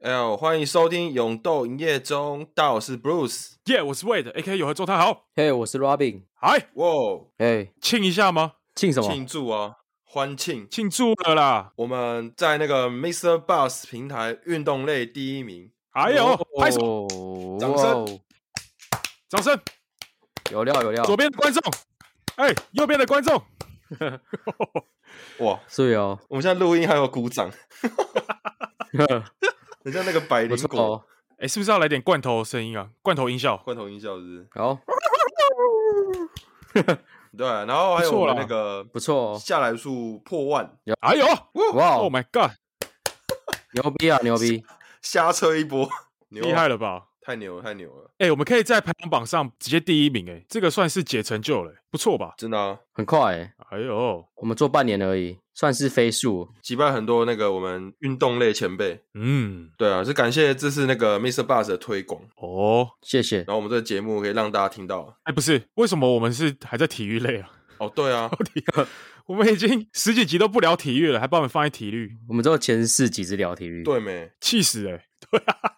L，欢迎收听《勇斗营业中》，道我是 Bruce。耶我是 Wade，A.K. 有何周太好，嘿、我是 Robin，嗨，哇哦，哎、庆一下吗？庆什么？庆祝啊，欢庆！庆祝了啦！我们在那个 Mr. Bus 平台运动类第一名，哎呦，拍手，哦掌声哇哦掌声！有料有料，左边的观众，哎，右边的观众，哇！是哦， 我们现在录音还有鼓掌，很像那个百不灵错果哦，哎，是不是要来点罐头声音啊？罐头音效，罐头音效是不是？好对啊，然后还有不我错啦们那个不错哦，下来数破万，哎呦哇，Oh 哦， my God，牛逼啊牛逼！瞎吹一波，牛啊厉害，了吧？太牛了，太牛了，哎，我们可以在排行榜上直接第一名，哎，这个算是解成就了，哎不错吧？真的啊！很快、欸，哎呦，我们做半年而已，算是飞速。击败很多那个我们运动类前辈，嗯，对啊，是感谢这次那个 Mr. Bus 的推广，哦，谢谢然，后我们这个节目可以让大家听到。哎，不是，为什么我们是还在体育类啊？哦，对啊，我们已经十几集都不聊体育了，还把我们放在体育，我们之后前四集是聊体育，，对没？气死哎！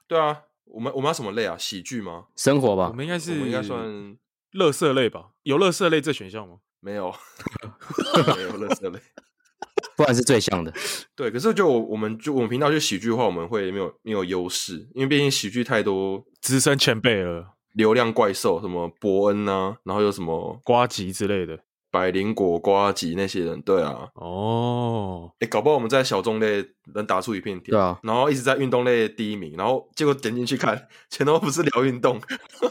对啊，我们我们要什么类啊？喜剧吗？生活吧我，们应该是我们应该算乐色类吧？有乐色类这选项吗？没 有，没有乐色类。不然是最像的。对，可是就我我们就我们频道就喜剧的话，我们会没有没有优势，因为毕竟喜剧太多资深前辈了，流量怪兽，什么伯恩啊，然后有什么瓜吉之类的。百灵果、瓜吉那些人，对啊，哦，哎，搞不好我们在小众类能打出一片天，对啊然后一直在运动类第一名，然后结果点进去看，全都不是聊运动，我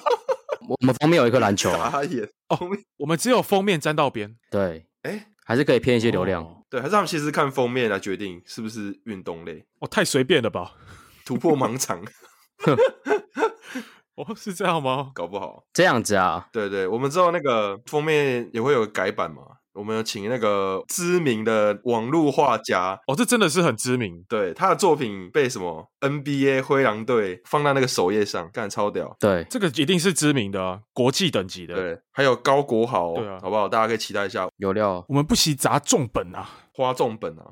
我们方面有一颗篮球啊，傻眼。我们只有封面沾到边，对，哎，还是可以骗一些流量。哦，对，还是他们其实看封面来决定是不是运动类，哦太随便了吧？突破盲场，哦，是这样吗？搞不好。这样子啊，对对，我们之后那个封面也会有改版嘛。我们有请那个知名的网络画家，哦，这真的是很知名，对他的作品被什么 NBA 灰狼队放在那个首页上，干超屌。对，这个一定是知名的、啊，国际等级的。，对，还有高国豪，对啊好不好？大家可以期待一下有料，我们不惜砸重 本啊！花重本啊，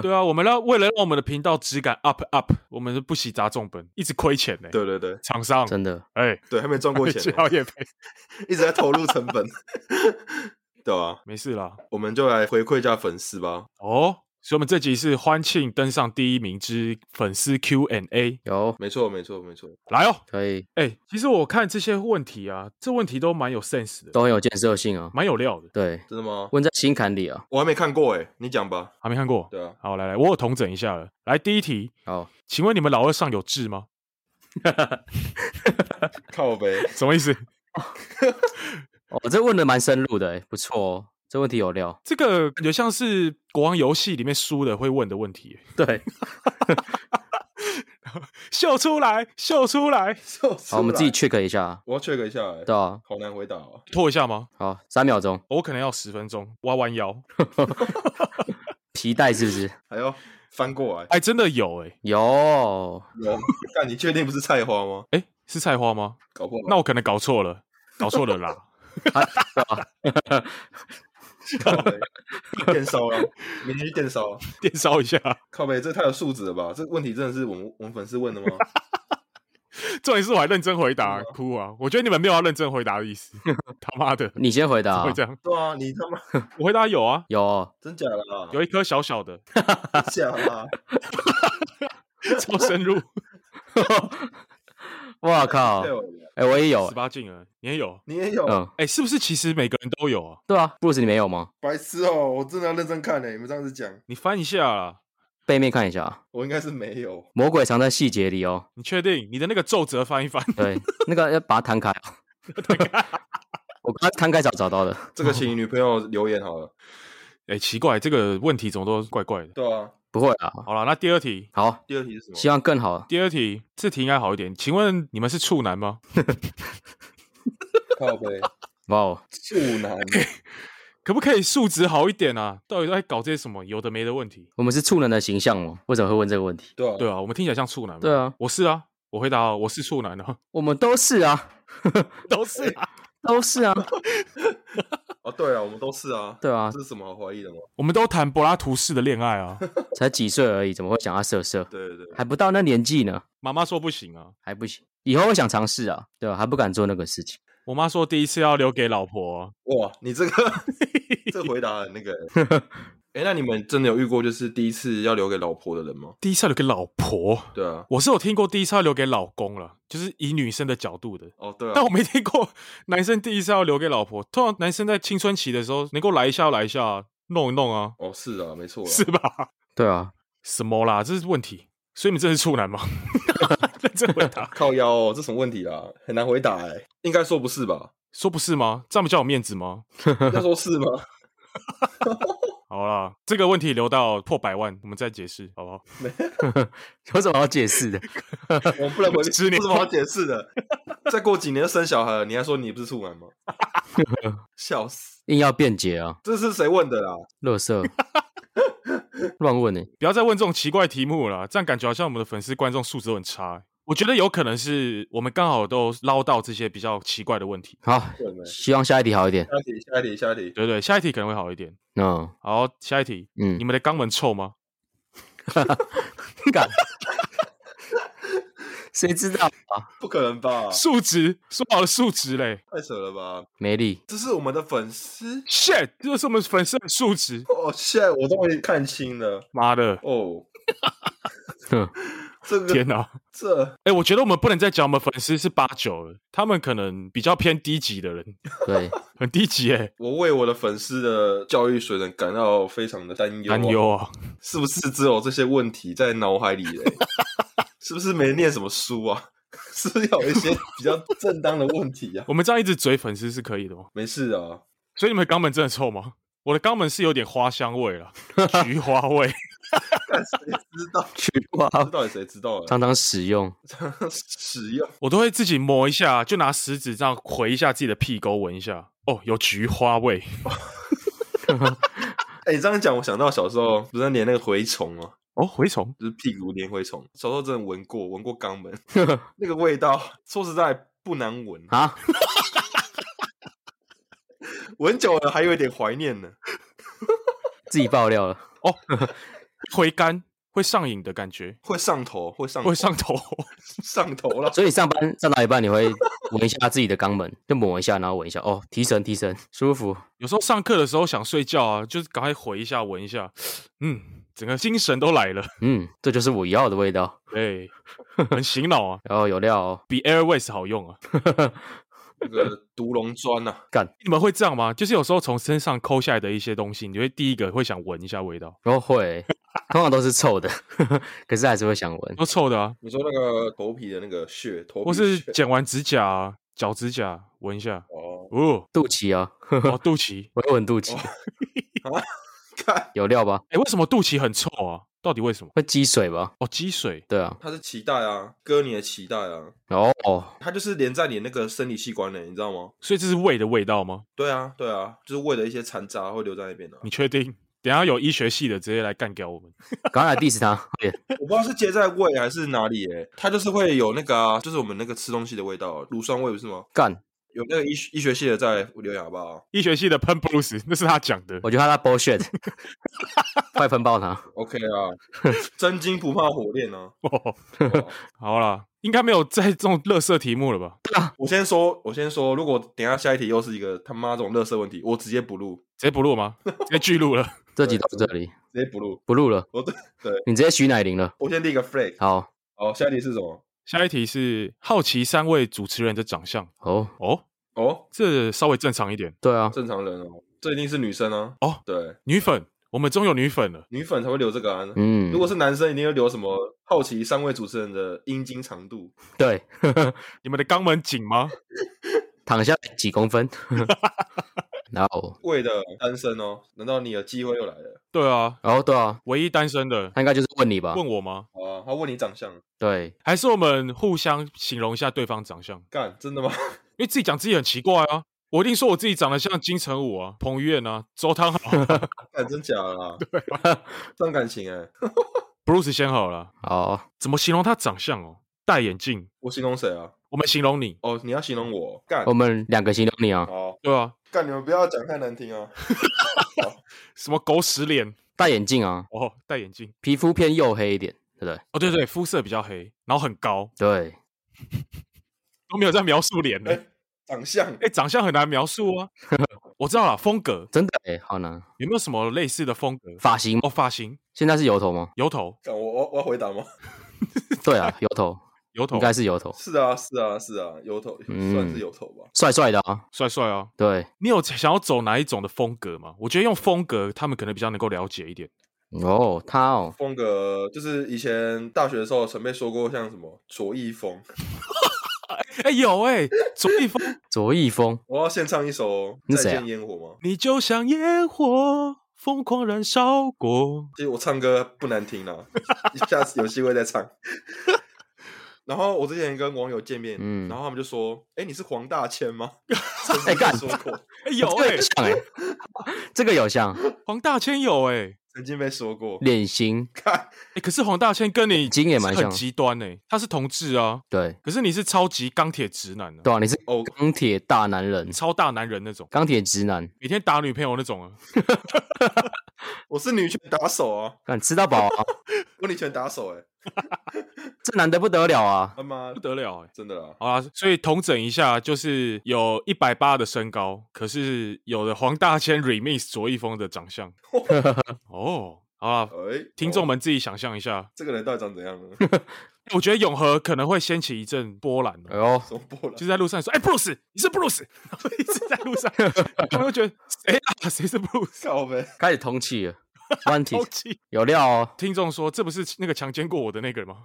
对啊，我们要为了让我们的频道质感 up up，我们是不惜砸重本，一直亏钱呢、对对对厂商，真的哎，对，还没赚过钱接呢，到业配，一直在投入成本， 对吧、没事啦。我们就来回馈一下粉丝吧。哦，所以我们这集是欢庆登上第一名之粉丝 Q&A，有没错，没错，没错。来哦。可以，哎、其实我看这些问题啊，这问题都蛮有 sense 的，都很有建设性啊。蛮有料的，对，真的吗？问在心坎里啊。我还没看过哎、你讲吧。还没看过。对啊，好，来来，我有统整一下了。来，第一题，好，请问你们老二上有痣吗？靠呗。 什么意思？哦，这问的蛮深入的、欸，不错哦，这问题有料。这个感觉像是国王游戏里面输的会问的问题。 对，秀出来，秀出来，好，我们自己去， check 一下，啊我要 check 一下、欸。对啊，好难回答哦。拖一下吗？好，三秒钟，我可能要十分钟，弯弯腰。皮带是不是？还要翻过来。哎，真的有哎、有， 有，但你确定不是菜花吗？哎，是菜花吗？搞不好。那我可能搞错了，搞错了啦。靠北电烧了，明天去电烧。 啊电烧一下，靠北，这太有素质了吧？这问题真的是我们我们粉丝问的吗？重点是我还认真回答，哭啊！我觉得你们没有要认真回答的意 思，他妈的，你先回答、会这样？ 对啊，你他妈我回答有啊，有哦，真假的啦？ 有一颗小小的， 真假的啦？超深 入，哇靠太，有了哎、我也有十，八禁了，你也有？你也有嗯，哎、是不是其实每个人都有啊？对啊，布鲁斯你没有吗？白痴哦！我真的要认真看呢。你们这样子讲，你翻一下啦，背面看一下，啊我应该是没有。魔鬼藏在细节里哦。你确定你的那个皱褶翻一 翻？对，那个要把它摊开 哦。啊我刚刚摊开找找到的，这个请女朋友留言好了。哎、奇怪，这个问题怎么都怪怪的。对啊，不会啦。好了，那第二题，好，第二题是什么？希望更好。第二题这题应该好一点。请问你们是处男吗？靠北，哇哦，处男，可不可以数值好一点啊？到底在搞这些什么有的没的问题？我们是处男的形象哦，为什么会问这个问题？对啊，对啊，我们听起来像处男吗？对啊，我是啊，我回答、哦、我是处男啊， 我们都是啊，都是啊，都是啊，哦，对啊，我们都是啊，对啊，这是什么好怀疑的吗？我们都谈柏拉图式的恋爱 啊。才几岁而已，怎么会想要色色？对对对，还不到那年纪呢，妈妈说不行啊，还不行，以后会想尝试啊，对吧、还不敢做那个事情，我妈说第一次要留给老婆啊、哇，你这个 这回答很那个欸。哎、那你们真的有遇过就是第一次要留给老婆的人吗？第一次要留给老婆。对啊，我是有听过第一次要留给老公了，就是以女生的角度的，哦对啊，但我没听过 男生第一次要留给老婆。通常男生在青春期的时候能够来一下来一下啊，弄一弄啊，哦是啊，没错啊，是吧？对啊， 什么啦？这是问题。所以你们真的是处男吗？ 认真回答，靠腰哦，这什么问题啊？很难回答哎、应该说不是吧？说不是吗？这样比较有面子吗？要说是吗？好啦，这个问题留到破百万我们再解释，好不好？有什么好解释的？我不能回 十年有什么好解释的？再过几年就生小孩了，你还说你不是处男吗？,笑死！硬要辩解啊，这是谁问的啦？乐色，乱问呢、欸不要再问这种奇怪题目了啦，这样感觉好像我们的粉丝观众素质都很差欸、我觉得有可能是我们刚好都捞到这些比较奇怪的问题。好，对没？希望下一题好 一点。下一题，下一题，下一题。对对，下一题可能会好一点。嗯好，下一题，嗯你，们的肛门臭吗？敢？ 谁知道啊？不可能吧？数值说好的数值嘞太扯了吧！没力，这是我们的粉丝。 ，shit，这是我们粉丝的数值。哦，现在我终于看清了。妈的，哦，哼这个天哪！这哎、我觉得我们不能再讲我们粉丝是八九了，他们可能比较偏低级的人，对，很低级哎、我为我的粉丝的教育水准感到非常的担忧、担，忧啊。是不是只有这些问题在脑海里嘞？是不是没念什么书啊？是不是要有一些比较正当的问题啊？我们这样一直嘴粉丝是可以的吗？没事啊，所以你们的肛门真的臭吗？我的肛门是有点花香味了，菊花味。看谁知道？去哇，啊这到底谁知道了？常常使用， 使用我都会自己磨一下，就拿食指这样回一下自己的屁沟，闻一下。哦，有菊花味。哎、你这样讲，我想到小时候不是粘那个蛔虫吗？哦，蛔虫。就是屁股粘蛔虫，小时候真的闻过，闻过肛门那个味道，说实在不难闻，啊，闻久了还有一点怀念呢。自己爆料了，回甘会上瘾的感觉，会上头，会上头会上头。上头 了。所以上班上到一半你会闻一下自己的肛门，就抹一下，然后闻一下，哦，提神提神，舒服，有时候上课的时候想睡觉啊，就是赶快回一下闻一下，嗯，整个精神都来了， 嗯，这就是我要的味道，对，很醒脑啊，然后有料哦，比 Airways 好用啊。那个独龙砖呐、啊，你们会这样吗？就是有时候从身上抠下来的一些东西，你会第一个会想闻一下味道，然后会，通常都是臭的， 可是还是会想闻，都臭的啊，你说那个头皮的那个屑，头皮或是屑剪完指甲、啊、脚指甲闻一下，哦，哦，肚脐啊，哦肚脐， 我会闻肚脐，看有料吧？哎，为什么肚脐很臭啊？到底为什么？会积水吧？哦，积水，对啊，它是脐带啊，割你的脐带啊，哦哦，它就是连在你那个生理器官内，你知道吗？所以这是胃的味道吗？对啊，对啊，就是为了一些残渣会留在那边啊的、你确定？等一下有医学系的直接来干掉我们。刚来 diss 他，哎快点我不知道是接在胃还是哪里诶、它就是会有那个、啊，就是我们那个吃东西的味道，啊乳酸味不是吗？干，有那个医医学系的在留言好不好医学系的喷 Bruce，那是他讲的。我觉得他在 bullshit，快喷爆他， ？OK 啊，真金不怕火炼啊！好不好好啦，应该没有再这种乐色题目了吧？我先说，我先说，如果等一下下一题又是一个他妈这种乐色问题，我直接不录，直接不录吗？直接拒录了。这集到这里直接不录。不录了，我对对，你直接徐乃麟了。我先立个 flag。好好，哦下一题是什么？下一题是好奇三位主持人的长相哦，哦，哦，这稍微正常一点。对啊，正常人哦，这一定是女生啊。哦，对，女粉，我们终有女粉了。女粉才会留这个啊。嗯如，果是男生，一定会留什么好奇三位主持人的阴茎长度。对，你们的肛门紧吗？躺下来几公分， 然后为的单身哦，难道你有机会又来了？对啊，然后对啊，唯一单身的，他应该就是问你吧？问我吗？好啊，他问你长相，对，还是我们互相形容一下对方长相？干真的吗？因为自己讲自己很奇怪啊。我一定说我自己长得像金城武啊、彭于晏啊、周汤豪、干真假的啦？对，伤感情哎、 Bruce 先好了。哦，怎么形容他长相哦？戴眼镜，我形容谁啊？我们形容你，哦，你要形容我干我们两个形容你啊，好对吧？干，你们不要讲太难听啊！什么狗屎脸戴眼镜啊，哦，戴眼镜皮肤偏黝黑一点，对不对？哦，对对，肤色比较黑，然后很高，对，都没有在描述脸呢。哎长相哎，长相很难描述 啊。我知道了，风格真的哎，好难。有没有什么类似的风格？发型哦，发型、现在是油头吗？ 油头、干，我我我要回答吗？ 对啊，油哦头油头应，该是油头，是啊，是啊，是啊，油头嗯算是油头吧。帅帅的啊。帅帅啊。对，你有想要走哪一种的风格吗？我觉得用风格，他们可能比较能够了解一点。哦，他哦，风格就是以前大学的时候，曾被说过像什么左翼风。哎、有哎、左一峰，左翼风，我要献唱一首你《是再谁啊见烟火》吗？你就像烟火，疯狂燃烧过。其实我唱歌不难听啦， 下次有机会再唱。 然后我之前跟网友见面，嗯然后他们就说：“哎，你是黄大千吗？” 曾哎经干被说过，哎、有这哎、个有像哎， 这个有像黄大千有哎、曾经被说过。脸型，看，哎、可是黄大千跟你金也蛮是很像极端哎、他是同志啊，对可是你是超级钢铁直男啊，对啊，你是哦，钢铁大男人，超大男人那种，钢铁直男，每天打女朋友那种啊。我是女拳打手啊，敢吃到饱啊， 我女拳打手、哎，这男的不得了啊。他妈不得了哎、真的啊啦，好啦，所以统整一下，就是有一百八的身高，可是有的黄大千 remix 卓一峰的长相。哦，好啦，哎、听众哦们自己想象一下。这个人到底长怎样 呢？我觉得永和可能会掀起一阵波澜哦、哎呦，什么波兰就？是在路上说：“哎、布鲁斯，你是布鲁斯。”然后一直在路上，他们就觉得谁啊？谁是布鲁 斯？靠呗，开始通 气了，弯体超气！有料哦。听众说：“这不是那个强奸过我的那个人吗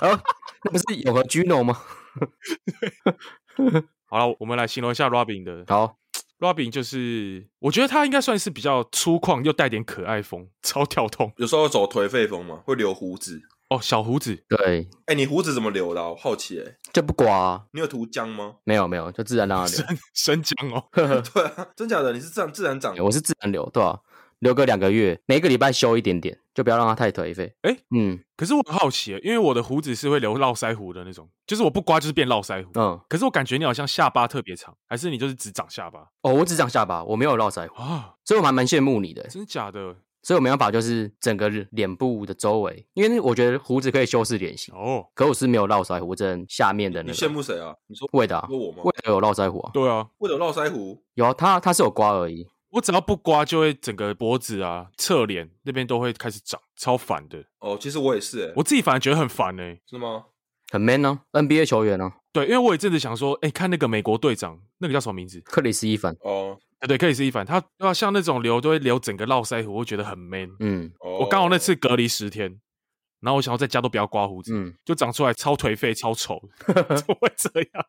哦，那不是有和 Gino 吗？？”好了，我们来形容一下 Robin 的。好， Robin 就是，我觉得他应该算是比较粗犷又带点可爱风，超跳痛有时候走颓废风嘛，会留胡子。哦，小胡子。对，哎、你胡子怎么留的啊、我好奇哎、就不刮啊、你有涂姜吗？ 没有没有，就自然让 它生生姜哦， 对啊，真假的？你是自然自然长的留。我是自然留，对吧、啊留个两个月，每个礼拜修一点点，就不要让它太颓废。诶嗯可是我很好奇耶，因为我的胡子是会留络腮胡的那种，就是我不刮就是变络腮胡。嗯，可是我感觉你好像下巴特别长，还是你就是只长下巴哦，我只长下巴，我没有络腮胡，啊？所以我还蛮羡慕你的。真的假的？所以我没办法，就是整个脸部的周围，因为我觉得胡子可以修饰脸型，哦，可我是没有络腮胡，我只能下面的你那羡个。慕谁啊？你说魏的、啊，说我吗？魏的有络腮胡啊，对啊，为了络腮胡，有啊他他是有刮而已。我只要不刮，就会整个脖子啊、侧脸那边都会开始长，超烦的。哦，其实我也是哎、我自己反而觉得很烦哎、是吗？很 man 哦、n b a 球员哦、对，因为我有一阵子想说，哎、看那个美国队长，那个叫什么名字？克里斯伊凡，哦啊，对，克里斯·伊凡，他对啊，像那种留都会留整个络腮胡，我觉得很 man。嗯哦，我刚好那次隔离十天，然后我想要在家都不要刮胡子，嗯，就长出来超颓废、超 丑，怎么会这样？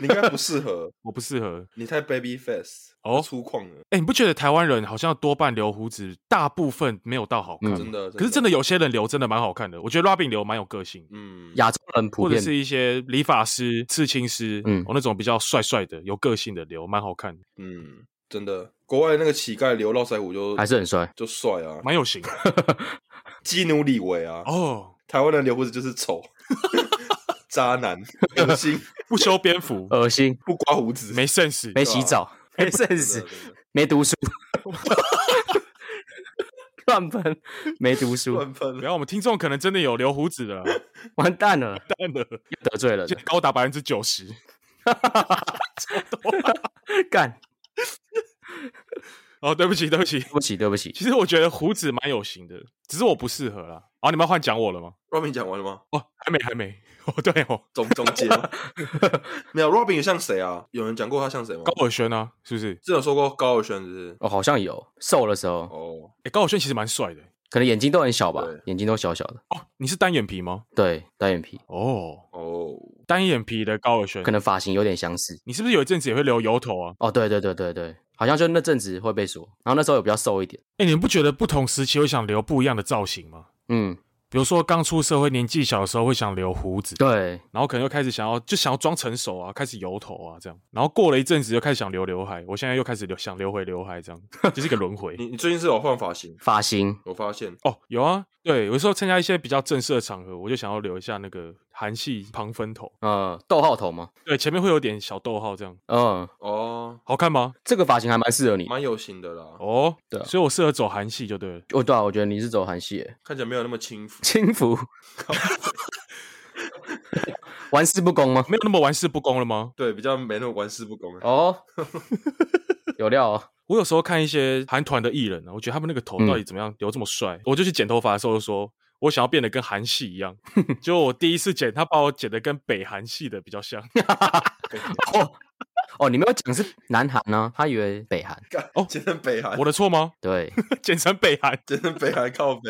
你应该不适合，我不适合。你太 baby face 哦粗犷了，哎、你不觉得台湾人好像多半留胡子，大部分没有到好看？嗯真的。可是真的，的有些人留真的蛮好看的，我觉得 Robin 留蛮有个性的。嗯，亚洲人普或者遍是一些理发师、刺青师，嗯嗯，哦，那种比较帅帅的、有个性的留，蛮好看的，嗯，真的，国外那个乞丐留络腮胡就还是很帅。就帅啊，蛮有型的基努里维啊，哦，台湾人留胡子就是 丑，渣男，恶心，不修边 幅，恶心，不刮胡子，没 sense，没洗澡，没啊 sense，真的真的没读书， 乱喷，没读书，乱喷了。然后我们听众可能真的有留胡子的啦，完蛋了， 但呢，又得罪人就高达百分之九十。了，干，哦，对不起，对不起对。不起，对不起，其实我觉得胡子蛮有型的，只是我不适合啦。啊，你们要换讲我了吗？ Robin 讲完了吗？哦，还没，还没。哦，对哦，总总结吗 没有，Robin 像谁啊？有人讲过他像谁吗？高尔宣啊，是不是？之前有说过高尔宣，是不是？哦，好像有瘦的时候，哦，哎，高尔宣其实蛮帅的。可能眼睛都很小吧对，眼睛都小小的，哦，你是单眼皮吗？对，单眼皮，哦，哦，单眼皮的高尔宣可，能发型有点相似。你是不是有一阵子也会留油头啊？哦，对对对对对，好像就那阵子会被说，然后那时候有比较瘦一点，哎、你们不觉得不同时期会想留不一样的造型吗？嗯，比如说刚出社会、年纪小的时候会想留胡子，对，然后可能又开始想要就想要装成熟啊，开始油头啊这样，然后过了一阵子又开始想留刘海，我现在又开始留想留回刘海这样， 就是一个轮回。你你最近是有换发型？发型我发现哦，有啊，对，有时候参加一些比较正式的场合，我就想要留一下那个韩系旁分头，呃逗号头吗？对，前面会有点小逗号这样，嗯、哦，好看吗？这个发型还蛮适合你。蛮有型的啦，哦，对啊所以我适合走韩系就对了。哦，对啊，我觉得你是走韩系耶，看起来没有那么轻浮。轻浮， 玩世不恭吗？没有那么玩世不恭了吗？对，比较没那么玩世不恭 啊。哦，有料哦，我有时候看一些韩团的艺人啊，我觉得他们那个头嗯到底怎么样留这么帅，我就去剪头发的时候就说，我想要变得跟韩系一 样。就我第一次剪，他把我剪得跟北韩系的比较像。哦哦，你没有讲是南韩呢、他以为北韩。干哦剪成北韩 我，的错吗？对，剪成北韩剪成北韩靠 北，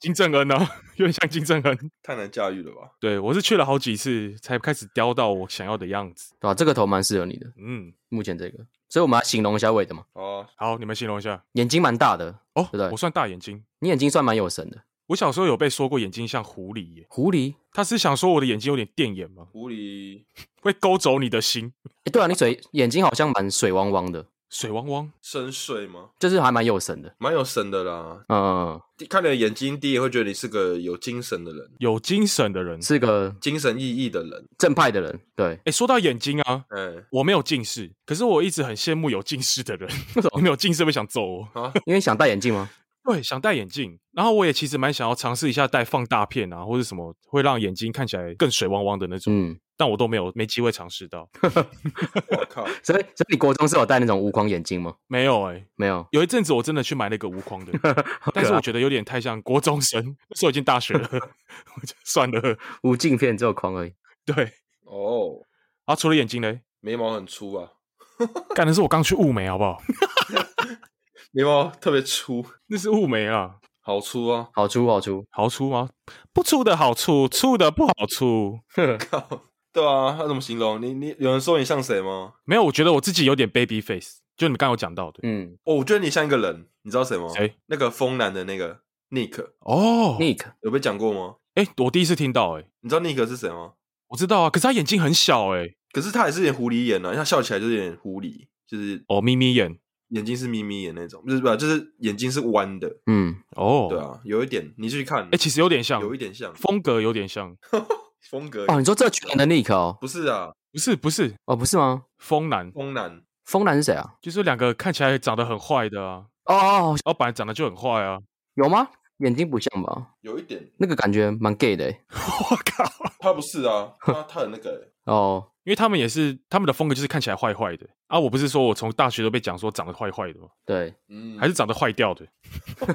金正恩呢、哦 有点像金正恩。太难驾驭了吧？对我是去了好几次才开始雕到我想要的样子。对啊，这个头蛮适合你的，嗯，目前这个，所以我们要形容一下伟的嘛，哦，好，你们形容一下。眼睛蛮大的，哦，对不对我算大眼睛。你眼睛算蛮有神的，我小时候有被说过眼睛像狐狸耶，狐狸，他是想说我的眼睛有点电眼吗？狐狸会勾走你的心，诶对啊，你嘴眼睛好像蛮水汪汪的，水汪汪。深邃吗？就是还蛮有神的，蛮有神的啦，嗯，第看你的眼睛，第一眼会觉得你是个有精神的人，有精神的人。嗯是个精神奕奕的人。正派的人，对，哎，说到眼睛啊，哎、我没有近视，可是我一直很羡慕有近视的人。为什你 么？们有近视会不会想揍我？啊，因为想戴眼镜吗？对，想戴眼镜。然后我也其实蛮想要尝试一下戴放大片啊，或者什么会让眼睛看起来更水汪汪的那种，嗯，但我都没有没机会尝试到。我靠，所以所以你国中是有戴那种无框眼镜吗？没有哎、没有，有一阵子我真的去买那个无框的，但是我觉得有点太像国中生，那时候已经大学了， 我就算了。无镜片只有框而已。对，哦，啊，除了眼睛嘞，眉毛很粗啊，干的是我刚去雾眉好不好？ 眉毛特别粗，那是雾眉啊，好粗啊！好粗好粗，好粗吗？不粗的好粗，粗的不好粗。靠，对啊，他怎么形容？你你有人说你像谁吗？没有，我觉得我自己有点 baby face，就你们刚刚有讲到的。嗯哦，我觉得你像一个人，你知道谁吗？谁？那个丰南的那个 Nick，哦， ，Nick，有被讲过吗？哎、我第一次听到、哎，你知道 Nick 是谁吗？我知道啊，可是他眼睛很小、哎，可是他也是有点狐狸眼啊，因为他笑起来就是有点狐狸，就是哦，眯眯眼，眼睛是眯眯眼那种，不是不是，就是眼睛是弯的，嗯，哦，对，啊，有一点，你去看哎、，其实有点像，有一点像风格有点像，风格，哦，你说这群人的 Nick 哦，不是啊，不是不是，哦，不是吗？风男丰南风男是谁啊？就是两个看起来长得很坏的啊，哦哦，哦然后本来长得就很 坏啊，有吗？眼睛不像吧？有一点，那个感觉蛮 gay 的欸我靠，他不是啊，他他很那个欸、哦，因为他们也是他们的风格就是看起来坏坏的啊，我不是说我从大学都被讲说长得坏坏的吗？对，嗯，还是长得坏掉的？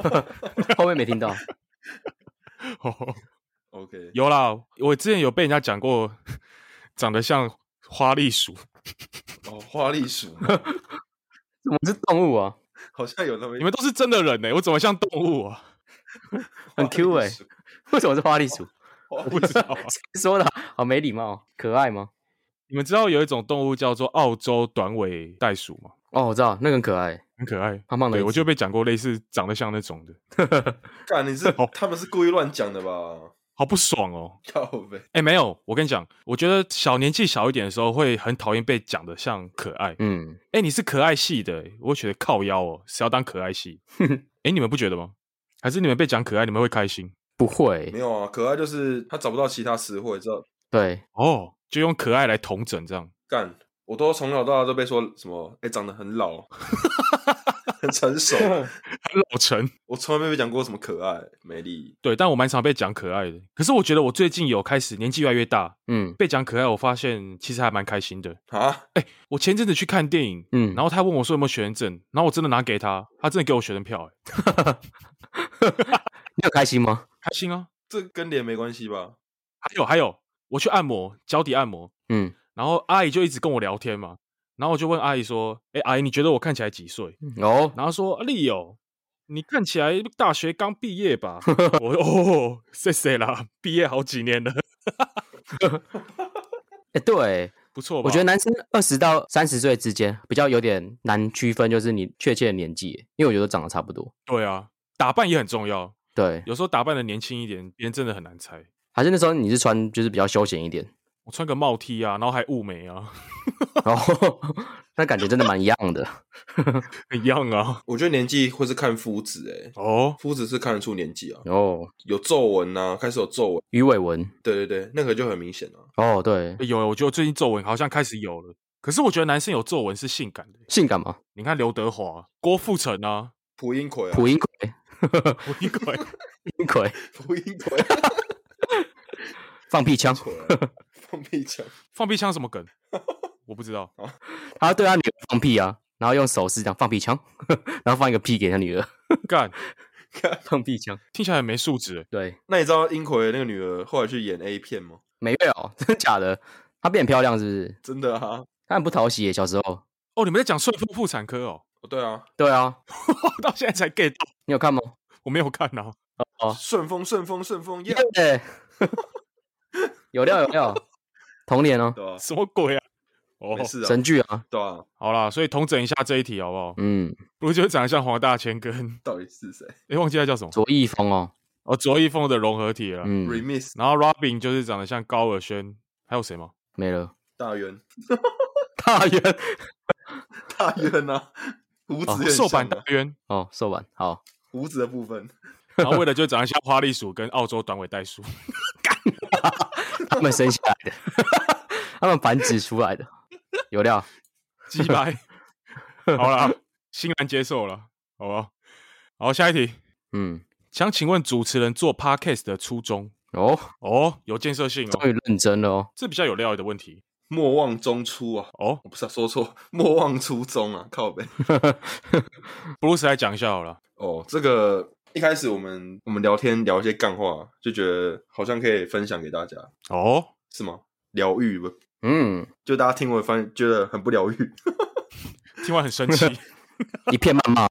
后面没 听到，哦 OK，有啦，我之前有被人家讲过，长得像花栗鼠，哦，花栗鼠怎么是动物啊？好像有那么一你们都是真的人呢、欸我怎么像动物啊？ 很 Q 欸哎，为什么是花栗鼠？花不栗知道啊、谁说的啊？好没礼貌，可爱吗？你们知道有一种动物叫做澳洲短尾袋鼠吗？哦，我知道，那个很可爱，很可爱，胖胖的一对只，我就被讲过类似长得像那种的，干 你是哦他们是故意乱讲的吧？好不爽哦。靠呗，哎，没有，我跟你讲，我觉得小年纪小一点的时候会很讨厌被讲的像可爱。嗯，哎，你是可爱系的，欸我会觉得靠腰哦，谁要当可爱 系？哎，你们不觉得吗？还是你们被讲可爱，你们会开心不会没，有啊，可爱就是他找不到其他词汇，知道对，哦？就用可爱来统整这样。干，我都从小到大都被说什么，哎、长得很老， 很成 熟，老陈，我从来没被讲过什么可爱、美丽，对，但我蛮常被讲可爱的。可是我觉得我最近有开始年纪越来越大，嗯被讲可爱，我发现其实还蛮开心的。啊，我前阵子去看电影，嗯，然后他问我说有没有学生证，然后我真的拿给他，他真的给我学生票，哎，你有开心吗？开心啊！这跟脸没关系吧？还有还有，我去按摩，脚底按摩，嗯，然后阿姨就一直跟我聊天嘛，然后我就问阿姨说：“哎，阿姨，你觉得我看起来几岁？”哦，然后说：“啊丽友，你看起来大学刚毕业吧？”我哦，谢谢啦，毕业好几年了，哎，对，不错吧？我觉得男生二十到三十岁之间比较有点难区分，就是你确切的年纪，因为我觉得长得差不多。对啊，打扮也很重要。对，有时候打扮的年轻一点，别人真的很难猜。还是那时候你是穿就是比较休闲一点，我穿个帽 T 啊，然后还雾眉啊，然后那感觉真的蛮一样的。一样啊。我觉得年纪会是看肤质，哎，哦，肤质是看得出年纪啊，哦，有皱纹呐，开始有皱纹，鱼尾纹，对对对，那个就很明显啊了。哦，对，有，我觉得最近皱纹好像开始有了。可是我觉得男生有皱纹是性感的。欸性感嘛，你看刘德华、郭富城啊，蒲英奎啊，蒲英奎，我一鬼，英奎蒲英奎， 啊放屁枪，错了，啊放屁枪， 放屁枪什么 梗？我不知道。哦他对他女儿放屁啊，然后用手势这样放屁枪， 然后放一个屁给他女儿，干，放屁枪，听起来很没素质欸。对，那你知道英奎那个女儿后来去演 A 片吗？没有，真的假的？她变漂亮是不是？真的啊，她很不讨喜耶，小时候。哦，你们在讲顺肤妇产科哦？ 哦对啊，对啊，我到现在才 get 到，你有看吗？我没有看啊。哦顺风顺风顺风，耶，对， 有料有料，童年哦，对吧？什么鬼啊？哦没，事啊，神剧啊，对啊，好啦，所以统整一下这一题好不好？嗯，不如就长得像黄大千跟 到底是谁诶，忘记他叫什么左翼风哦，哦，卓一峰的融合体了。嗯， ？Remiss 然后 Robin 就是长得像高尔宣，还有谁吗？没了，大渊，大渊大渊啊，胡子哦有点瘦版像大啊 渊。哦，瘦完好，胡子的部分，然后为了就长得像花栗鼠跟澳洲短尾袋鼠，他们生下来的， 他们繁殖出来的，有料，鸡 掰。好啦，欣然接受了，好不好？好，下一题，嗯，想请问主持人做 podcast 的初衷？哦，哦，有建设性终哦，于认真了哦，这比较有料的问题莫忘中初啊，哦。我不是、啊、说错，莫忘初衷啊，靠北。 Bruce 来讲一下好了，哦，这个一开始我们我们聊天聊一些干话，就觉得好像可以分享给大家，哦，是吗？疗愈不？嗯，就大家听我发现觉得很不疗愈， 听完很生 气，一片谩骂，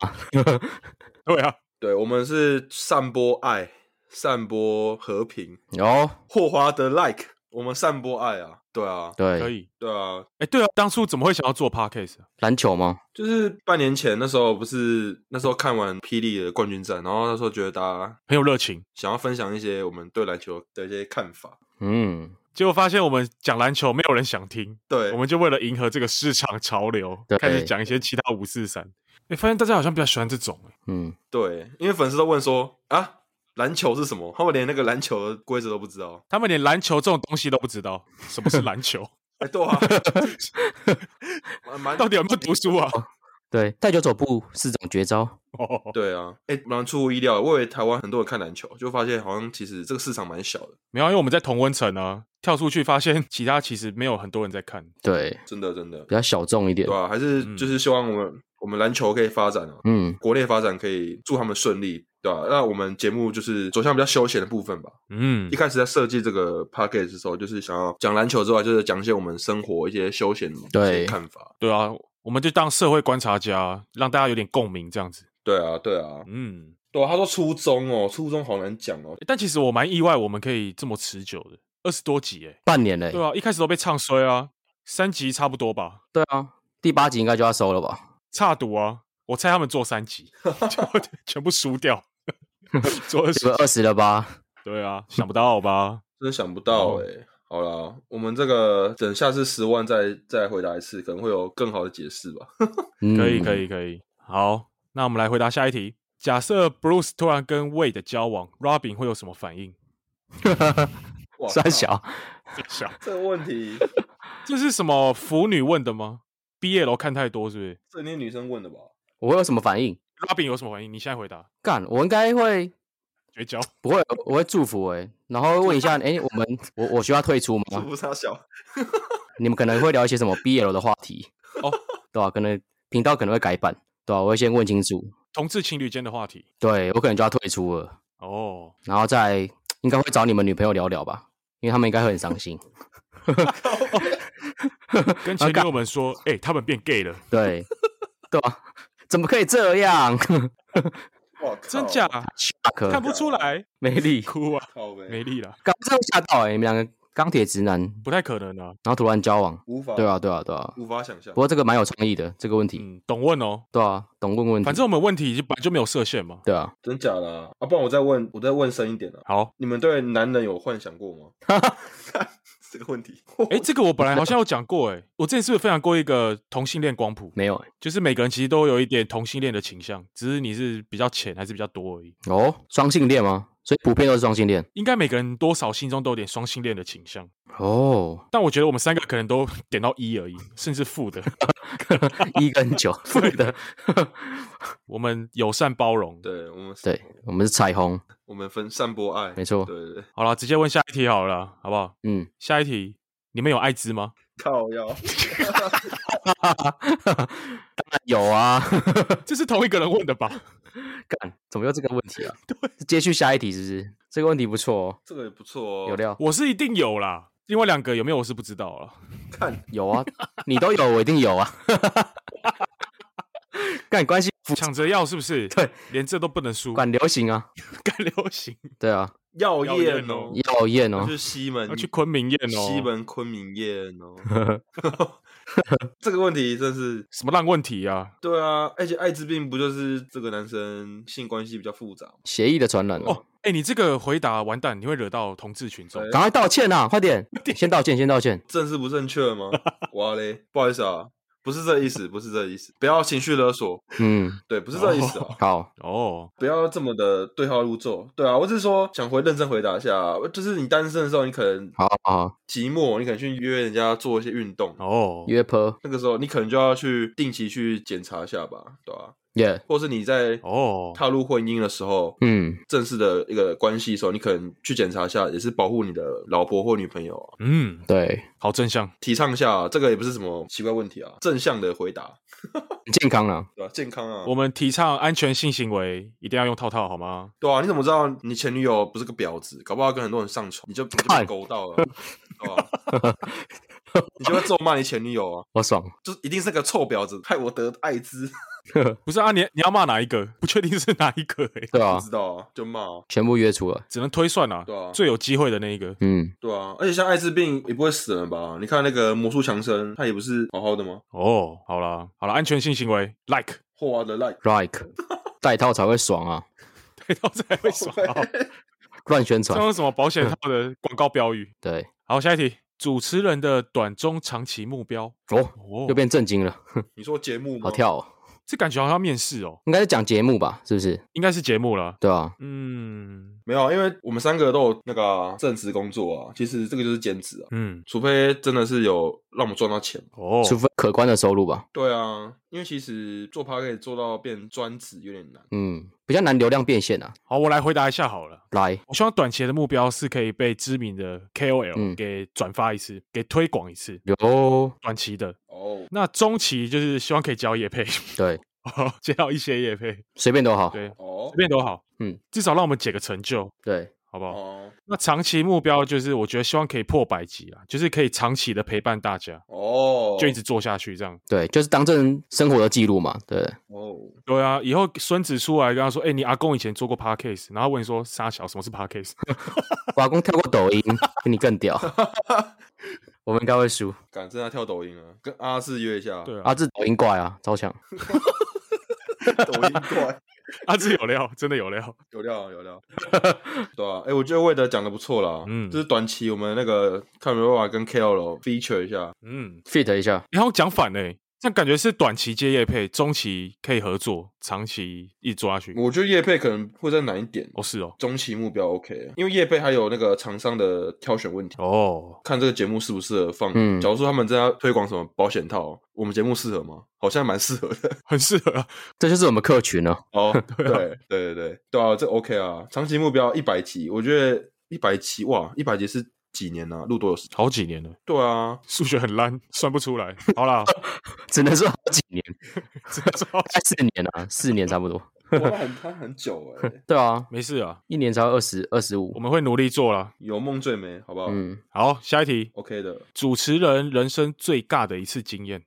对啊，对我们是散播爱，散播和平，哦，霍华德 like，我们散播爱啊，对啊，可对，以。对啊，哎，对啊，当初怎么会想要做 podcast？啊篮球吗？就是半年前那时候不是那时候看完霹雳的冠军战，然后那时候觉得大家很有热情，想要分享一些我们对篮球的一些看法，嗯，结果发现我们讲篮球没有人想听，对，我们就为了迎合这个市场潮流，对开始讲一些其他五四三。哎，发现大家好像比较喜欢这种、诶嗯，对，因为粉丝都问说啊，篮球是什么？他们连那个篮球的规则都不知道。他们连篮球这种东西都不知道，什么是篮球， 哎、对啊，蛮蛮到底有没有读书啊？对，带球走步四种绝招，哦，对啊，哎、蛮出乎意料的。我以为台湾很多人看篮球，就发现好像其实这个市场蛮小的，没有啊，因为我们在同温层啊，跳出去发现其他其实没有很多人在看。对，真的真的比，较小众一点对，啊吧、还嗯是就是希望我们、我们篮球可以发展啊，嗯，国内发展可以祝他们顺利，对吧、那我们节目就是走向比较休闲的部分吧。嗯一，开始在设计这个 p a c k a g e 的时候，就是想要讲篮球之外，就是讲一些我们生活一些休闲的一些对看法。对啊，我们就当社会观察家，让大家有点共鸣这样子。对啊，对啊，嗯，对啊，他说初中哦，初中好难讲哦。诶但其实我蛮意外，我们可以这么持久的，二十多集诶。半年嘞，对啊，一开始都被唱衰啊，三集差不多吧，对啊，第八集应该就要收了吧？差赌啊，我猜他们做三集就全部输掉，做二这个十，二十了吧？对啊，想不到吧？真的想不到哦哎、好啦，我们这个等下次十万再再回答一次，可能会有更好的解释 吧。嗯可以，可，以，可以。好，那我们来回答下一题。假设 Bruce 突然跟 Wade 交往，Robin 会有什么反应？哇算靠小，想，这个问题， 这是什么腐女问的吗毕业楼看太多是不是这应该女生问的吧？我会有什么反应？ ？Robin 有什么反应？你现在回答，干，我应该会绝交。不会？我会祝福哎、然后问 一下，哎、我们我我需要退出吗？是不是她小？你们可能会聊一些什么 BL 的话题哦， 对啊吧、可能频道可能会改版，对吧、啊我会先问清楚，同志情侣间的话题对我可能就要退出了，哦，然后再应该会找你们女朋友聊聊吧，因为他们应该会很伤心。跟前女友们说，哎、他们变 gay 了，对，对吧、怎么可以这样？哇靠！真假？下课看不出来，没力，哭啊，靠呗！没力了。搞这吓到哎、你们两个钢铁直男，然不太可能啊。后突然交往，无法对啊，对啊，对啊。无法想象不。过这个蛮有创意的这个问题，嗯，懂问哦。对啊，懂问问题，反正我们问题已经本来就没有设限嘛。对啊，真假的啊？啊，不然我再问，我再问深一点啊。好，你们对男人有幻想过吗？这个问题，哎，这个我本来好像有讲过，哎，我之前是不是分享过一个同性恋光谱？没有欸就是每个人其实都有一点同性恋的倾向，只是你是比较浅还是比较多而已。哦，双性恋吗？所以普遍都是双性恋应该每个人多少心中都有点双性恋的倾向，哦，但我觉得我们三个可能都 点到一而已，甚至负的。 一跟九负的，我们友善包容。对我们，对，我们是彩虹，我们分散播爱，没错对对对，好了，直接问下一题好了啦，好不好？嗯，下一题，你们有艾滋吗？靠腰，当然有啊， 这是同一个人问的吧？干，怎么又这个问题啊？ 对，接续下一题是不是？这个问题不错哦，这个也不错哦。有料， 我是一定有啦，另外两个有没有我是不知道 了。看，有啊，你都有，我一定有啊， 干关系复杂抢着要是不是？对，连这都不能输，管流行啊， 干流行对啊，耀耀宴宴哦哦，耀艳要哦，去西门，要去昆明宴哦。西门昆明宴 哦。这个问题真是什么烂问题啊？对啊，而且艾滋病不就是这个男生性关系比较复杂吗？协议的传染哦哦，，哎、你这个回答完蛋，你会惹到同志群众对。赶快道歉啊，快 点，先道歉，先道歉，正是不正确 吗？哇嘞，不好意思啊，不是这意思，不是这意思，不要情绪勒索，嗯，对，不是这意思啊。好，哦，不要这么的对号入座，对啊，我只是说想回认真回答一下，啊就是你单身的时候，你可能好好好，寂寞，你可能去约人家做一些运动，哦，约坡，那个时候你可能就要去定期去检查一下吧，对吧、耶，或是你在哦，踏入婚姻的时候，嗯。正式的一个关系的时候，你可能去检查一下，也是保护你的老婆或女朋友啊、嗯，对，好正向。提倡一下、啊这个也不是什么奇怪问题啊，正向的回答，健康啊，对吧、健康啊，我们提倡安全性行为，一定要用套套好吗？对啊，你怎么知道你前女友不是个婊子？搞不好跟很多人上床，你就你就被看勾到了，对吧、 你就会咒骂你前女友啊，我爽。 就是一定是个臭婊子，害我得艾滋，不是啊，你你要骂哪一个？不确定是哪一个、欸，对不啊，知道啊，就骂、啊，全部约出了。只能推算啊。对啊最有机会的那一个。嗯，对啊，而且像艾滋病也不会死人吧？你看那个魔术强森，他也不是好好的吗？哦，好啦，好啦，安全性行为，like 霍华德赖 like 戴套才会爽啊，对，到才会爽、啊。乱宣这传。用什么保险套的广告标语？对，好，下一题，主持人的短中长期目标。哦，哦又变震惊了， 你说节目吗？好跳哦。这感觉好像要面试哦，应该是讲节目吧？是不是？应该是节目了。对啊，嗯没有啊，因为我们三个都有那个啊正职工作啊，其实这个就是兼职啊，嗯，除非真的是有让我们赚到钱。哦，除非可观的收入吧。对啊，因为其实做 p a r k 做到变专职有点难。嗯，比较难流量变现啊。好，我来回答一下好了。来，我希望短期的目标是可以被知名的 KOL 嗯给转发一次，给推广一次，有短期的。哦，那中期就是希望可以交业配， 哦对，接到一些业配，随便都好。对，随哦，便都好，嗯，至少让我们解个成就，对，好不好？哦，那长期目标就是，我觉得希望可以破百集啦，就是可以长期的陪伴大家，哦，就一直做下去这样。对，就是当成生活的记录嘛。对，哦，对啊，以后孙子出来跟他说：“哎、你阿公以前做过 podcast，然后问你说沙小什么是 podcast？” 瓦工跳过抖音， 比你更 屌。我们应该会输。敢真的跳抖音啊，跟阿志约一下，对啊，阿志抖音怪啊，超强。抖音 怪，阿志啊有料，真的有料。有料有料，对啊，哎、我觉得魏德讲的不错啦，嗯就是短期我们那个看有没有办法跟 KOL feature 一下，嗯， fit 一下，然后讲反嘞、这样感觉是短期接业配，中期可以合作，长期一直做下去。我觉得叶配可能会再难一点，哦，是哦，中期目标 OK，因为叶配还有那个厂商的挑选问题。哦，看这个节目适不适合放。嗯假如说他们正在推广什么保险套，我们节目适合吗？好像蛮适合的。 很适合啊。这就是我们客群哦。哦， 对对对对对啊，这 OK 啊。长期目标一百集，我觉得一百集哇，一百集是几年啊？录多久时？好几年了，对啊，数学很烂，算不出来。好 啦，只能说好几年，只能说好大概四年啊，四年差不多。哇那很他很久哎、对啊，没事啊，一年才二十二十我五。们会努力做啦。 有梦最美，好不好？嗯嗯，好，下一题， ，OK 的。主持人人生最尬的一次经验。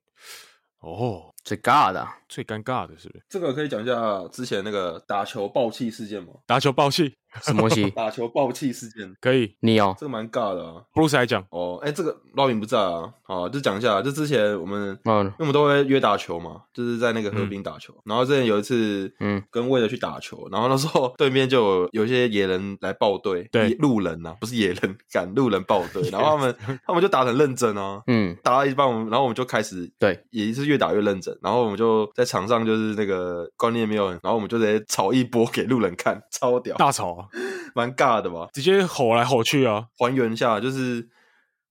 哦，最尬的啊、最尴尬的是不是？这个可以讲一下之前那个打球爆气事件吗？ ？打球爆气什么东西 打球爆气事件，可以你哦，这个蛮尬的啊。 ，Bruce 来讲，哦，哎、这个烙饼不在啊，好，就讲一下，就之前我们因嗯为我们都会约打球嘛，就是在那个河滨打球。然后之前有一次，嗯嗯，跟魏德去打球，然后那时候对面就有有一些野人来报队，对野路人啊，不是野人，赶路人报队，然后他们他们就打得很认真啊。嗯，打到一半，我们然后我们就开始对，也是越打越认真，然后我们就在场上就是那个观念没有很，然后我们就直接吵一波给路人看，超屌，大吵、啊，蛮尬的吧？直接吼来吼去啊，还原一下，就是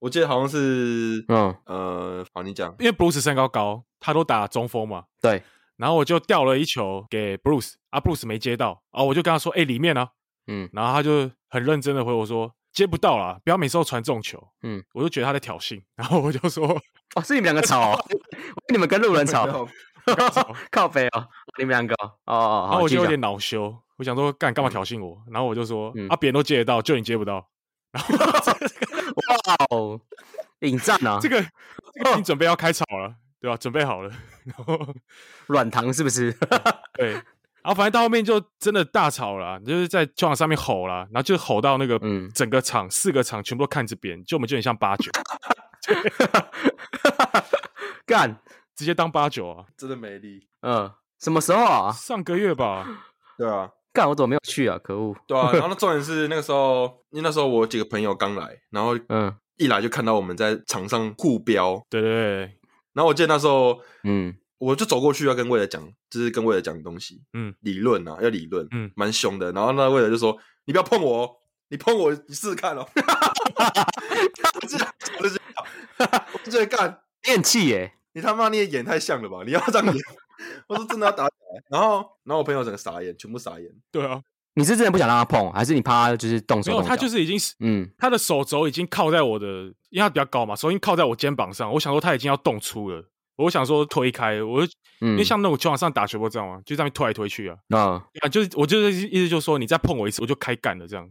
我记得好像是，嗯，呃，好，你讲，因为 Bruce 身高高，他都打中锋嘛，对，然后我就掉了一球给 Bruce，啊，Bruce 没接到，啊，我就跟他说，哎、里面呢、嗯然后他就很认真的回我说，接不到啦，不要每次都传这种球，嗯，我就觉得他在挑衅， 然后我就说，哦，是你们两个吵、 哦，你们跟路人吵，吵 靠北哦，你们两个哦，哦哦，然好后我就有继续点恼羞，我想说，干干嘛挑衅我？然后我就说嗯，啊，别人都接得到，就你接不到，讲哇哦，引战啊， 这个这个已经准备要开吵了，对吧？准备好了，然后软糖是不是？ 对。然后反正到后面就真的大吵了啊、就是在球场上面吼啦，然后就吼到那个嗯整个场、四个场全部都看着别人，就我们就很像八九，干，直接当八九啊。真的没力，嗯，什么时候啊？ 上个月吧，对啊，干，我怎么没有去啊？可恶， 对啊。然后那重点是那个时候，因为那时候我几个朋友刚来，然后嗯一来就看到我们在场上互飙，对对对，然后我记得那时候嗯我就走过去要跟魏德讲，就是跟魏德讲东西，嗯，理论啊，要理论，嗯蛮凶的。然后那魏德就说：“你不要碰我哦，你碰我，你试试看哦。” 我就我就我就觉得干，你很气耶，你他妈你也演太像了吧？你要这样演， 我说真的要打起来。然后，然后我朋友整个傻眼，全部傻眼。对啊，你是真的不想让他碰，还是你怕他就是动手没动有，脚？他就是已经是嗯他的手肘已经靠在我的，因为他比较高嘛，手已经靠在我肩膀上。我想说他已经要动粗了，我想说推开，我就嗯，因为像那种球场上打球不知道吗？就在那边推来推去啊，嗯啊，就是我就是意思就是说，你再碰我一次，我就开干了这 样。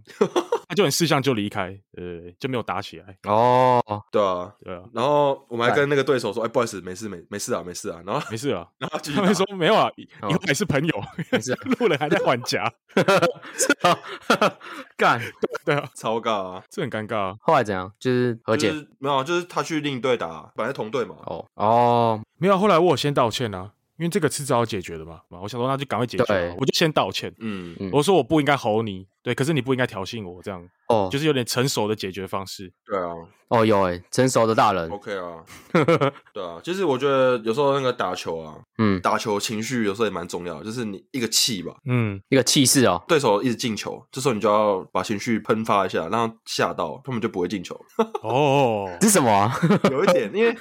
他就很识相就离开，呃，就没有打起来，哦，对啊，对啊，然后我们还跟那个对手说：“哎，不好意思，没事，没没事啊，没事啊。”然后， 没事啊。然后继续他们打说没有啊，以哦以后还是朋友，没事啊路人还在还夹，是啊干，对啊，超尬啊，这很尴尬、啊。后来怎样？就是和呃解就是没有啊，就是他去另一队打，啊本来同队嘛。哦哦，没有啊，后来我有先道歉啊，因为这个迟早要解决的嘛。我想说那就赶快解决啊、对我就先道歉。嗯，嗯我说我不应该吼你，对，可是你不应该挑衅我，这样哦，就是有点成熟的解决方 式。对啊哦有哎，成熟的大人，哦，OK 啊，对啊。其实我觉得有时候那个打球啊，嗯，打球情绪有时候也蛮重要的，就是你一个气吧，嗯，一个气势哦，对手一直进球，这时候你就要把情绪喷发一下，让他吓到，他们就不会进球。 哦，这是什么啊？ 有一点，因为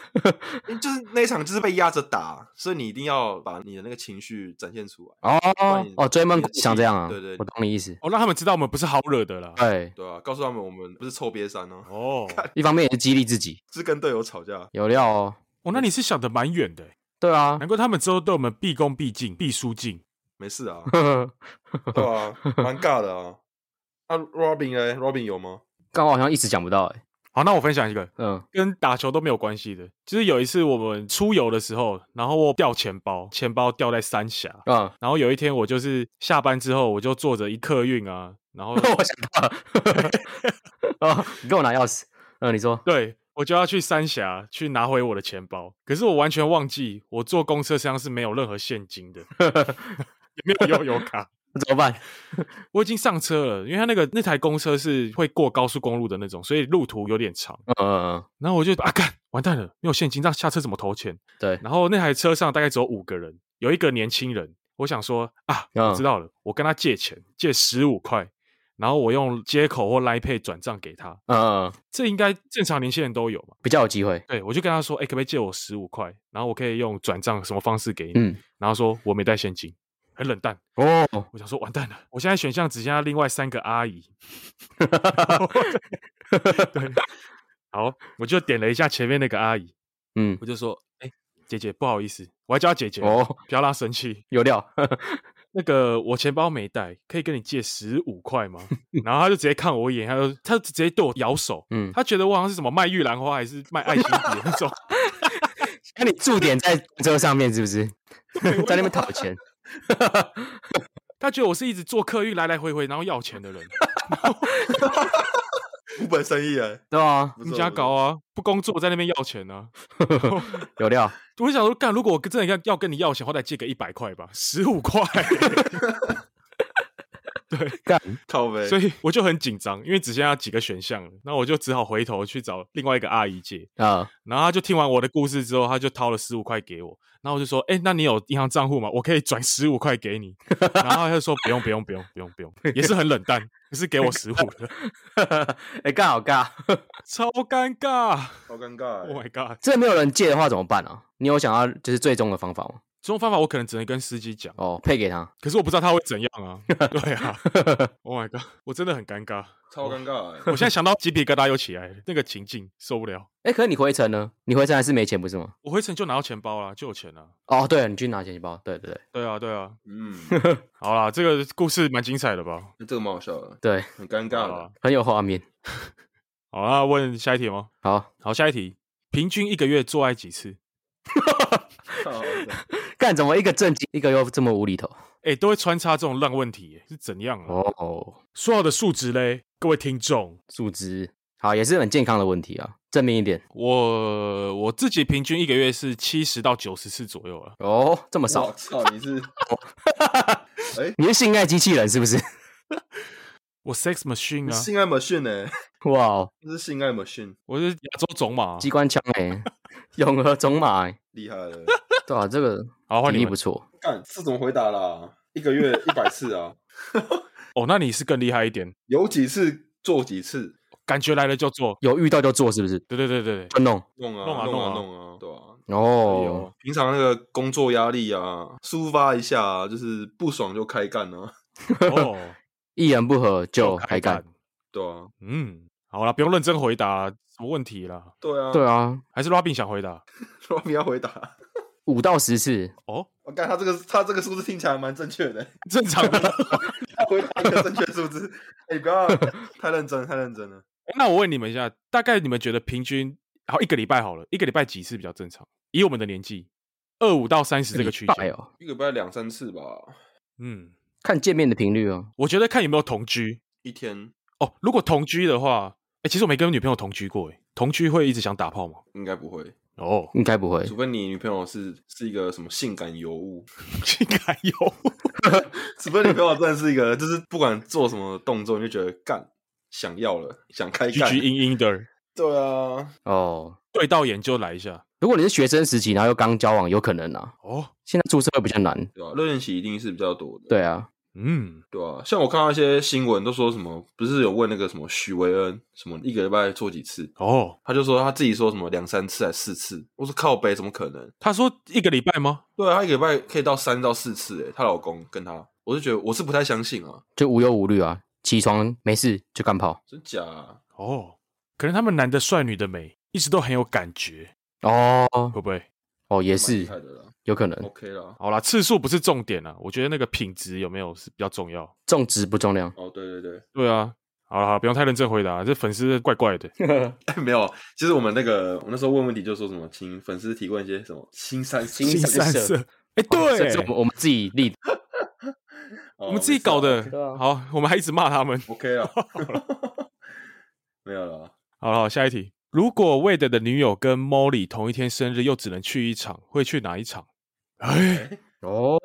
因为就是那一场就是被压着打，所以你一定要把你的那个情绪展现出来。哦然你哦，追梦你的想这样啊？对对我懂你意 思。哦，让他们知道我们不是好惹的啦。对，对啊，告诉他们我们不是臭瘪三哦，哦，一方面也是激励自己，是跟队友吵架。有料哦。哦，那你是想的蛮远的欸，对啊，，难怪他们之后对我们毕恭毕敬、毕书尽。没事啊刚对啊，蛮尬的啊。啊，Robin 呢？Robin 有吗？刚好像一直讲不到哎，好，那我分享一个嗯跟打球都没有关系的，就是有一次我们出游的时候，然后我掉钱包，钱包掉在三峡，嗯， 然后有一天我就是下班之后，我就坐着一客运啊，然后我想到了， 哦，你给我拿钥匙。嗯，你说，对我就要去三峡去拿回我的钱包，可是我完全忘记我坐公车上是没有任何现金的，也没有悠游卡。那怎么办？我已经上车了，因为他那个那台公车是会过高速公路的那种，所以路途有点长。嗯嗯然后我就啊干，完蛋了，没有现金，这样下车怎么投钱？嗯，对，然后那台车上大概只有五个人，有一个年轻人，我想说啊，嗯我知道了，我跟他借钱，借十五块，然后我用接口或 Line Pay 转账给他，嗯嗯，嗯这应该正常年轻人都有嘛？比较有机会。对，我就跟他说，哎、可不可以借我十五块？然后我可以用转账什么方式给你？嗯，然后说我没带现金，很冷淡。哦，我想说完蛋了，我现在选项只剩下另外三个阿姨。 对， 好，我就点了一下前面那个阿姨，嗯，我就说，哎、姐姐不好意思，我还叫她姐姐哦，哦，不要让她生气。有料。 那个我钱包没带，可以跟你借十五块吗？然后他就直接看我一眼，他就他就直接对我摇手，嗯，他觉得我好像是什么卖玉兰花还是卖爱心笔的那种，那你驻点在车上面是不是？ 在那边讨钱？他觉得我是一直坐客运来来回回，然后要钱的人。无本生意啊，对啊，不你错家搞，啊，不工作在那边要钱啊。有料。我就想说，干，如果我真的要要跟你要钱，好歹借个一百块吧，十 五块。不错靠呗。所以我就很紧张，因为只剩下几个选项了，那我就只好回头去找另外一个阿姨借。啊，然后她就听完我的故事之后，她就掏了十五块给我。然后我就说：“哎、那你有银行账户吗？我可以转十五块给你。”然后她就说：“不 用，不用，不用，不用，不用。”也是很冷淡，可是给我十五的， 哎，尬好尬，超尴尬。好尴尬 Oh 欸， my god！这没有人借的话怎么办啊？你有想要就是最终的方法吗？这种方法我可能只能跟司机讲，啊哦，配给他，可是我不知道他会怎样啊。对啊，Oh my god！我真的很尴尬，超尴尬欸。 我现在想到鸡皮疙瘩又起来了，那个情境受不了。哎，可是你回程呢？你回程还是没钱不是吗？我回程就拿到钱包啦，就有钱啦。哦，对，你去拿钱包，对对对啊，对啊，嗯，好啦，这个故事蛮精彩的吧？这个蛮好笑的，对对，很尴好尬啦的。，很有画面。好啦，问下一题哦吗？好，好，下一题，平均一个月做爱几次？靠干怎么一个正经，一个又这么无厘头？哎、都会穿插这种烂问题耶，是怎样啊？哦，说好的数值嘞，各位听众，数值好也是很健康的问题啊，正面一点。我我自己平均一个月是七十到九十次左右啊了。哦，这么我少？操，你是你是性爱机器人是不 是？我 sex machine 啊，性爱 machine 呢？哇哦，这是性爱 machine，我是亚洲种马啊、机关枪哎、永和种马、欸，厉害了。对啊，这个好，换比你例们不错。干，这怎么回答啦？一个月一百次啊，哦，那你是更厉害一点，有几次做几次，感觉来了就做。有遇到就做，是不是？对对对对对，就弄弄啊弄啊弄啊弄弄啊，对啊。哦，有平常那个工作压力啊，抒发一下、啊，就是不爽就开干啊， 哦，一言不合就开开干。。对啊，嗯，好啦，不用认真回答什么问题啦，对啊，对啊，还是 Robin 想回答说不要回答。五到十次，哦，我看他这个他这个数字听起来蛮正确的， 正常的。他回答一个正确数字，哎、不要太认真，太认真了。诶那我问你们一下，大概你们觉得平均好一个礼拜好了，一个礼拜几次比较正常？以我们的年纪，二五到三十这个哦区间，哎呦，一个礼拜两三次吧，嗯，看见面的频率哦。我觉得看有没有同居一天哦。如果同居的话，哎、其实我没跟女朋友同居过，哎，同居会一直想打炮吗？应该不会，哦，应该不会除非你女朋友是是一个什么性感尤物， 应该有。 除非女朋友真的是一个，就是不管做什么动作，你就觉得干想要了，想开居干。居阴阴的，对啊，哦。对到眼就来一下。如果你是学生时期，然后又刚交往，有可能啊。哦，现在注册会比较难。对啊，热恋期一定是比较多的。对啊，嗯，对啊，像我看到一些新闻都说什么，不是有问那个什么许维恩，什么一个礼拜做几次，哦，他就说他自己说什么两三次还四次，我说靠北怎么可能？他说一个礼拜吗？对啊，他一个礼拜可以到三到四次，诶，她老公跟她，我就觉得我是不太相信啊，就无忧无虑啊，起床没事就干炮。真假、啊？哦，可能他们男的帅，女的美，一直都很有感觉，哦会不会？哦，蛮厉也是害的哦啦有可嗯能， ，OK 啦。好啦，次数不是重点啊，我觉得那个品质有没有是比较重要。重质不重量。哦，对对对，对啊，好了好啦，不用太认真回答，这粉丝怪怪 的。没有，其实我们那个我那时候问问题就说什么，请粉丝提问一些什么新三新新三三色哦色，哎、对、这是我们我们自己立的。哦啊我们自己搞的。对啊好，我们还一直骂他们。 ，OK 啦， 没有了，好了，好下一题。如果 Wade 的女友跟 Molly 同一天生日，又只能去一场，会去哪一场？哎，哦，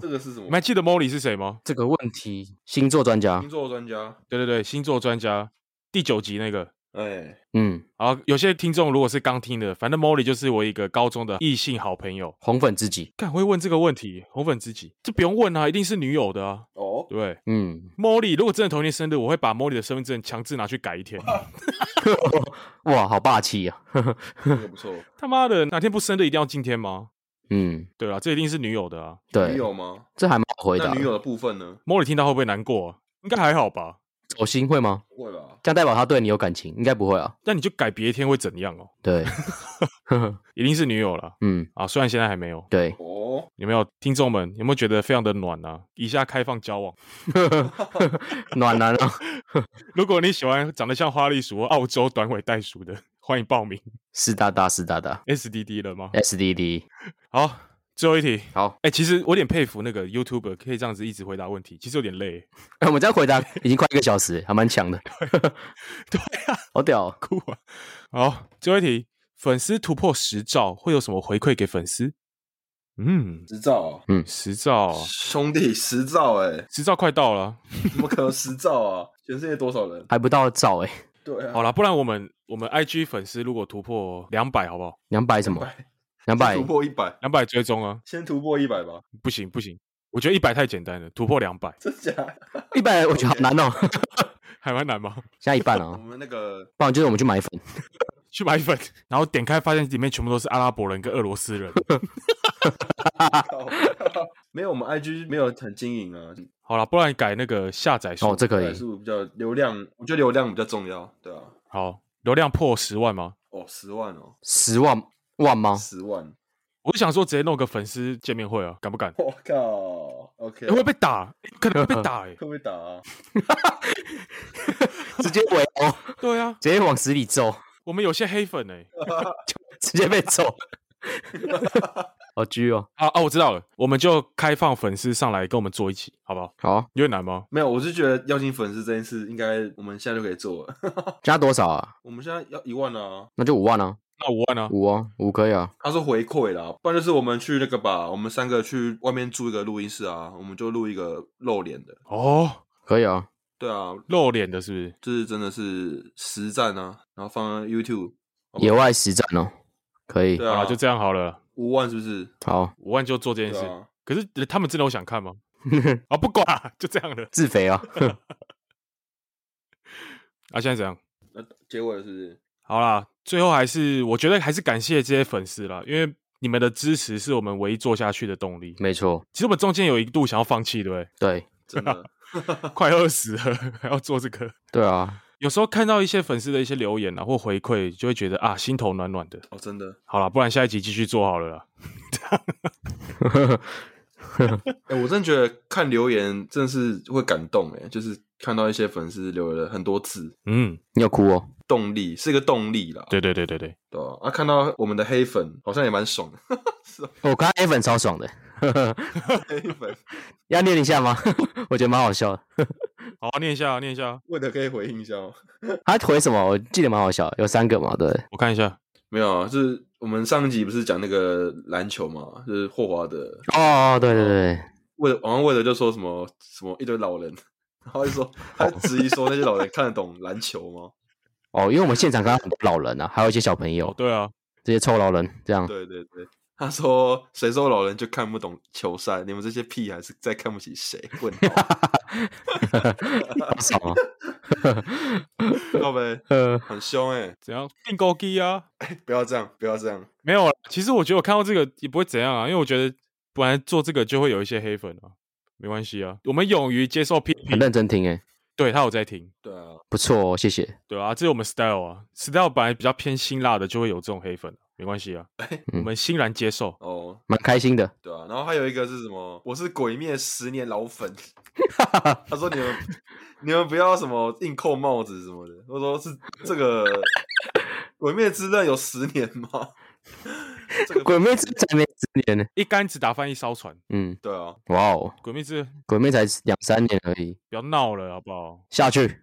这个是什么你们？还记得 Molly 是谁吗？这个问题，星座专家星，座专家，对对对，星座专家第九集那个。哎、嗯，好，有些听众如果是刚听的，反正 Molly 就是我一个高中的异性好朋友。红粉知己，看会问这个问题，红粉知己，这不用问啊，一定是女友的啊，哦 对，不对？ 嗯，莫莉如果真的同一天生日，我会把莫莉的身份证强制拿去改一天。 哇，好霸气啊， 这个不错。他妈的，哪天不生日一定要今天吗？嗯，对啦，这一定是女友的啊。女对，友吗？这还蛮好回答那的女。友的部分呢？莫莉听到会不会难过、啊？应该还好吧。走心会吗？不会吧？这样代表他对你有感情？应该不会啊。那你就改别天会怎样哦？对，一定是女友啦。嗯，啊！虽然现在还没有，对，哦，有没有听众们有没有觉得非常的暖啊？以下开放交往。 暖男啊， 如果你喜欢长得像花栗鼠或澳洲短尾袋鼠的，欢迎报名。湿哒哒湿哒哒 SDD 了吗？ SDD。好，最后一题。好，哎、其实我有点佩服那个 YouTuber 可以这样子一直回答问题，其实有点累。 哎我们这样回答已经快一个小时，还蛮强的。对啊，好屌哦！酷啊！好，最后一题，粉丝突破十兆会有什么回馈给粉丝？嗯，十兆、十兆啊哦，，兄弟十兆哎、十兆快到了。怎么可能十兆啊？ 全世界多少人？还不到兆哎，对啊，好啦，不然我们我们 IG 粉丝如果突破两百，好不好？两百什么？百，两百先突破一百，两百追踪啊，先突破一百吧， 不行不行，我觉得一百太简单了，突破两百真假？一百，我觉得好难哦，还蛮难吗？ 现在一啊半了我哦。们那个不然就是我们去 买粉，去买粉，然后点开发现里面全部都是阿拉伯人跟俄罗斯人。靠 没有，我们 IG 没有很经营啊，好啦，不然改那个下载数哦，这可还以啊是比较流量，我觉得流量比较重要，对啊。好，流量破十万吗？哦，十万哦，十万万啊 吗？十万，我就想说直接弄个粉丝见面会啊，敢不敢？我靠，OK，欸、会被打，欸可能 会被打哎、会不会打啊？直接围殴，对啊，直接往死里揍，我们有些黑粉哎、直接 被揍。好狙哦，啊啊，我知道了，我们就开放粉丝上来跟我们坐一起，好不好？好啊，有点难吗？没有，我是觉得邀请粉丝这件事，应该我们现在就可以做了。 加多少啊？我们现在要一万啊，那就五万啊，那五万呢、五哦，五可以啊。他说回馈啦，不然就是我们去那个吧，我们三个去外面租一个录音室啊，我们就录一个露脸的。哦，可以啊，对啊，露脸的是不是？就是真的是实战啊，然后放在 YouTube。野外实战哦，可以对，好啊，了，就这样好了，五万是不是？好，五万就做这件对事。啊，可是呃他们真的有想 看吗？啊，不管、啊，就这样了。自肥啊， 啊，现在怎样？那结尾了是不是？好啦，最后还是我觉得还是感谢这些粉丝啦，因为你们的支持是我们唯一做下去的动力。没错，其实我们中间有一度想要放弃，对不对？ 对，真的，快饿死了，还要做这个。对啊，有时候看到一些粉丝的一些留言啊或回馈，就会觉得啊，心头暖暖的。哦，真的。好啦，不然下一集继续做好了啦。哎、我真的觉得看留言真的是会感动哎、就是看到一些粉丝留了很多字，嗯， 你有哭哦，动力是一个动力啦，对对对对对，对啊，啊，看到我们的黑粉好像也蛮爽的，我看 A 粉超爽的， 黑粉要念一下吗？ 我觉得蛮好笑的。好，啊念一下，念一下，为了可以回应一下哦吗？他回什么？我记得蛮好笑的，有三个嘛，对，我看一下。没有啊，就是我们上一集不是讲那个篮球嘛，就是霍华德哦，对对对，为了好像为了就说什么什么一堆老人，然后就说他质疑说那些老人看得懂篮球吗？哦，因为我们现场看到很多老人啊，还有一些小朋友哦，，对啊，这些臭老人这样，对对对，他说谁说老人就看不懂球赛？你们这些屁孩是在看不起谁？问号好爽哦。靠呗， 呃，很凶哎、怎样定高低啊？不要这样，不要这样。没有啦，其实我觉得我看到这个也不会怎样啊，因为我觉得本来做这个就会有一些黑粉啊，没关系啊，我们勇于接受批很评，认真听诶，欸对他有在听，对啊，不错哦，谢谢。对啊，这是我们 style 啊，style 本来比较偏辛辣的，就会有这种黑粉、没关系啊，我们欣然接受。哦，蛮开心的，对啊，然后还有一个是什么？我是鬼灭十年老粉。他说你们你们不要什么硬扣帽子什么的。我说是这个《鬼灭之刃》有十年吗？ 这个鬼妹之才没十年呢，一竿子打翻一艘船，嗯，对啊，哇哦，鬼灭之刃鬼妹才两三年而已，不要闹了好不好？下去，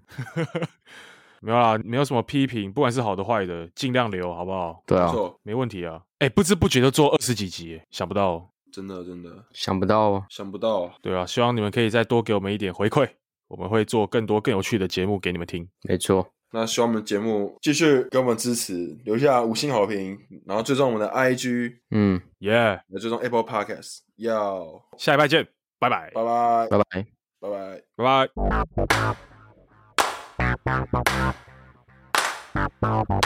没有啦，没有什么批评，不管是好的坏的，尽量留好不好？对不啊，错，没问题啊。哎，不知不觉都做二十几集耶，想不到哦。真的真的想不到哦，想不到，对啊，希望你们可以再多给我们一点回馈，我们会做更多更有趣的节目给你们听。没错，那希望我们节目继续给我们支持，留下五星好评，然后追踪我们的 IG，嗯，耶、也追踪 Apple Podcast。要，下礼拜见，拜拜，拜拜，拜拜。拜拜。拜拜。 Bye.